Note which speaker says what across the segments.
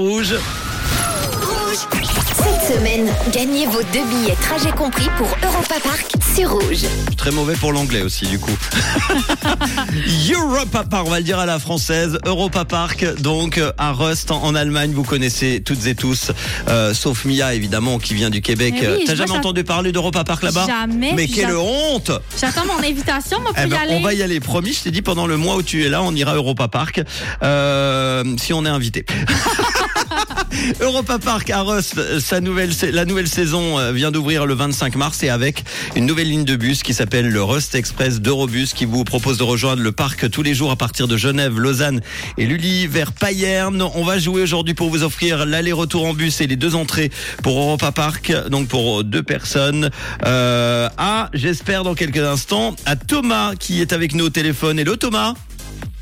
Speaker 1: Rouge.
Speaker 2: Cette semaine, gagnez vos deux billets trajets compris pour Europa Park sur Rouge.
Speaker 1: Très mauvais pour l'anglais aussi, du coup. Europa Park, on va le dire à la française. Europa Park, donc, euh, à Rust, en en Allemagne. Vous connaissez toutes et tous, euh, sauf Mia, évidemment, qui vient du Québec.
Speaker 3: Mais oui,
Speaker 1: Euh, T'as
Speaker 3: je
Speaker 1: jamais
Speaker 3: vois ça.
Speaker 1: entendu parler d'Europa Park là-bas
Speaker 3: Jamais,
Speaker 1: Mais
Speaker 3: puis
Speaker 1: quelle
Speaker 3: j'a-
Speaker 1: honte
Speaker 3: J'attends mon invitation, moi, pour
Speaker 1: Eh
Speaker 3: y
Speaker 1: ben,
Speaker 3: aller.
Speaker 1: On va y aller, promis. Je t'ai dit, pendant le mois où tu es là, on ira à Europa Park. Euh, si on est invité. Europa Park à Rust, sa nouvelle, sa- la nouvelle saison euh, vient d'ouvrir le 25 mars et avec une nouvelle ligne de bus qui s'appelle le Rust Express d'Eurobus qui vous propose de rejoindre le parc tous les jours à partir de Genève, Lausanne et Lully vers Payerne. On va jouer aujourd'hui pour vous offrir l'aller-retour en bus et les deux entrées pour Europa Park, donc pour deux personnes. Euh, à, j'espère dans quelques instants, à Thomas qui est avec nous au téléphone. Hello Thomas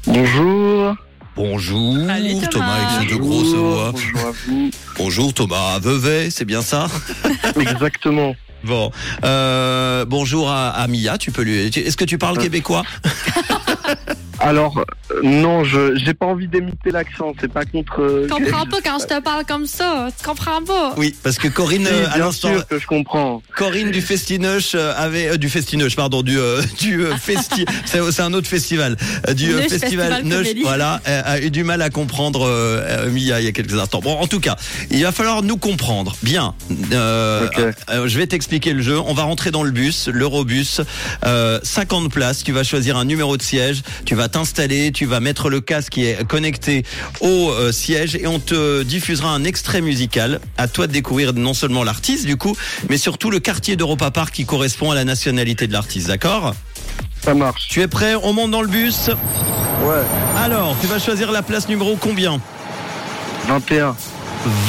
Speaker 4: Bonjour.
Speaker 1: Bonjour
Speaker 3: Salut, Thomas.
Speaker 1: avec son de grosses
Speaker 4: Bonjour,
Speaker 1: voix.
Speaker 4: Bonjour à vous.
Speaker 1: Bonjour Thomas à Vevey, c'est bien ça
Speaker 4: Exactement.
Speaker 1: Bon, euh, bonjour à, à Mia, tu peux lui. tu- Est-ce que tu parles
Speaker 4: Euh.
Speaker 1: québécois
Speaker 4: Alors, euh, non, je j'ai pas envie d'imiter l'accent, c'est pas contre. euh,
Speaker 3: Je comprends
Speaker 4: que-
Speaker 3: pas quand je te parle comme ça. Tu comprends pas.
Speaker 1: Oui, parce que Corinne,
Speaker 4: Si,
Speaker 1: euh, à
Speaker 4: bien
Speaker 1: l'instant,
Speaker 4: sûr que je comprends.
Speaker 1: Corinne du Festinoche euh, avait euh, du Festinoche, pardon, du euh, du euh, festi, c'est c'est un autre festival, euh, du euh,
Speaker 3: Neuch
Speaker 1: festival
Speaker 3: Festival
Speaker 1: Neuch,
Speaker 3: Comédie.
Speaker 1: voilà, euh, a eu du mal à comprendre euh, euh, Mia il y a quelques instants. Bon, en tout cas, il va falloir nous comprendre. Bien, Euh,
Speaker 4: Ok.
Speaker 1: Euh, je vais t'expliquer le jeu. On va rentrer dans le bus, l'Eurobus. Euh, 50 places. Tu vas choisir un numéro de siège. Tu vas t'installer. Tu vas mettre le casque qui est connecté au euh, siège et on te diffusera un extrait musical. À toi de découvrir non seulement l'artiste, du coup, mais surtout le quartier d'Europa Park qui correspond à la nationalité de l'artiste. D'accord
Speaker 4: Ça marche.
Speaker 1: Tu es prêt On monte dans le bus.
Speaker 4: Ouais.
Speaker 1: Alors, tu vas choisir la place numéro combien
Speaker 4: 21.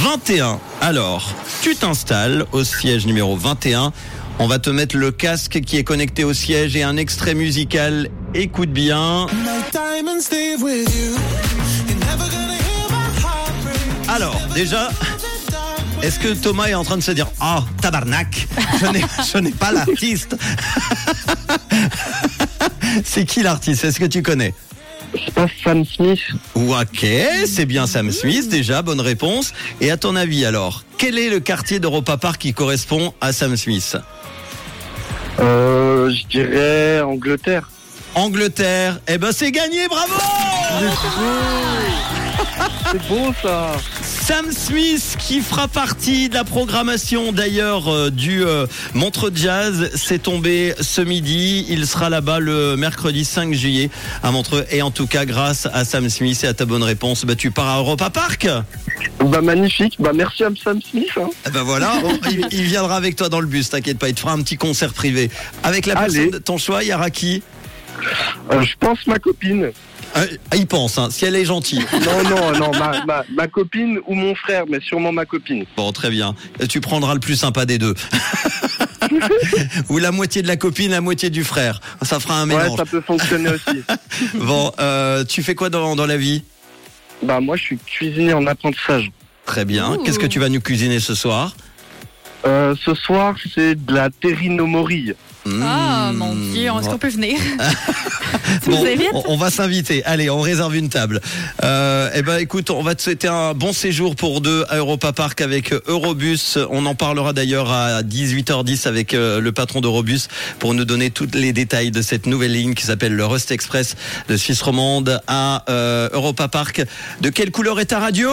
Speaker 1: 21. Alors, tu t'installes au siège numéro 21. On va te mettre le casque qui est connecté au siège et un extrait musical. Écoute bien.
Speaker 5: No diamonds stay with you. You're never gonna hear my heart break.
Speaker 1: Alors, Oh, déjà, est-ce que Thomas est en train de se dire Ah, tabarnak, je n'ai- je n'ai pas l'artiste C'est qui l'artiste Est-ce que tu connais
Speaker 4: Je passe Sam Smith.
Speaker 1: Ok, c'est bien Sam Smith déjà, bonne réponse. Et à ton avis alors, quel est le quartier d'Europa Park qui correspond à Sam Smith
Speaker 4: Euh, je dirais Angleterre.
Speaker 1: Angleterre. Eh ben c'est gagné, bravo
Speaker 4: C'est beau ça.
Speaker 1: Sam Smith qui fera partie de la programmation d'ailleurs euh, du euh, Montre Jazz s'est tombé ce midi. Il sera là-bas le mercredi 5 juillet à Montreux. Et en tout cas, grâce à Sam Smith et à ta bonne réponse, bah, tu pars à Europa Park.
Speaker 4: Bah magnifique. Bah merci à Sam Smith. hein.
Speaker 1: Eh ben voilà, il, il viendra avec toi dans le bus, t'inquiète pas, il te fera un petit concert privé. Avec la
Speaker 4: Allez.
Speaker 1: personne de ton choix, il y aura qui
Speaker 4: Euh, je pense ma copine.
Speaker 1: Euh, Il pense, hein, si elle est gentille.
Speaker 4: Non non non ma, ma ma copine ou mon frère, mais sûrement ma copine.
Speaker 1: Bon, très bien. Tu prendras le plus sympa des deux. Ou la moitié de la copine, la moitié du frère. Ça fera un
Speaker 4: ouais,
Speaker 1: mélange.
Speaker 4: ça peut fonctionner aussi.
Speaker 1: Bon, euh, tu fais quoi dans, dans la vie
Speaker 4: bah moi je suis cuisinier en apprentissage.
Speaker 1: Très bien.
Speaker 3: Ouh.
Speaker 1: Qu'est-ce que tu vas nous cuisiner ce soir
Speaker 4: Euh, ce soir, c'est de la terrinomorille.
Speaker 3: Ah,
Speaker 1: Mmh.
Speaker 3: mon Dieu, on- est-ce qu'on peut venir? tu
Speaker 1: Bon,
Speaker 3: nous invites?
Speaker 1: on, on va s'inviter. Allez, on réserve une table. Euh, eh ben, écoute, on va te souhaiter un bon séjour pour deux à Europa Park avec euh, Eurobus. On en parlera d'ailleurs à 18h10 avec euh, le patron d'Eurobus pour nous donner tous les détails de cette nouvelle ligne qui s'appelle le Rust Express de Suisse romande à euh, Europa Park. De quelle couleur est ta radio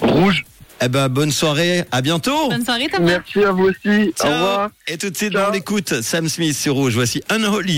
Speaker 4: Rouge.
Speaker 1: Eh ben, bonne soirée. À bientôt.
Speaker 3: Bonne soirée, Thomas.
Speaker 4: Merci à vous aussi. Au
Speaker 1: Ciao.
Speaker 4: revoir.
Speaker 1: Et tout de suite,
Speaker 4: Ciao.
Speaker 1: on l'écoute. Sam Smith sur Rouge. Voici Unholy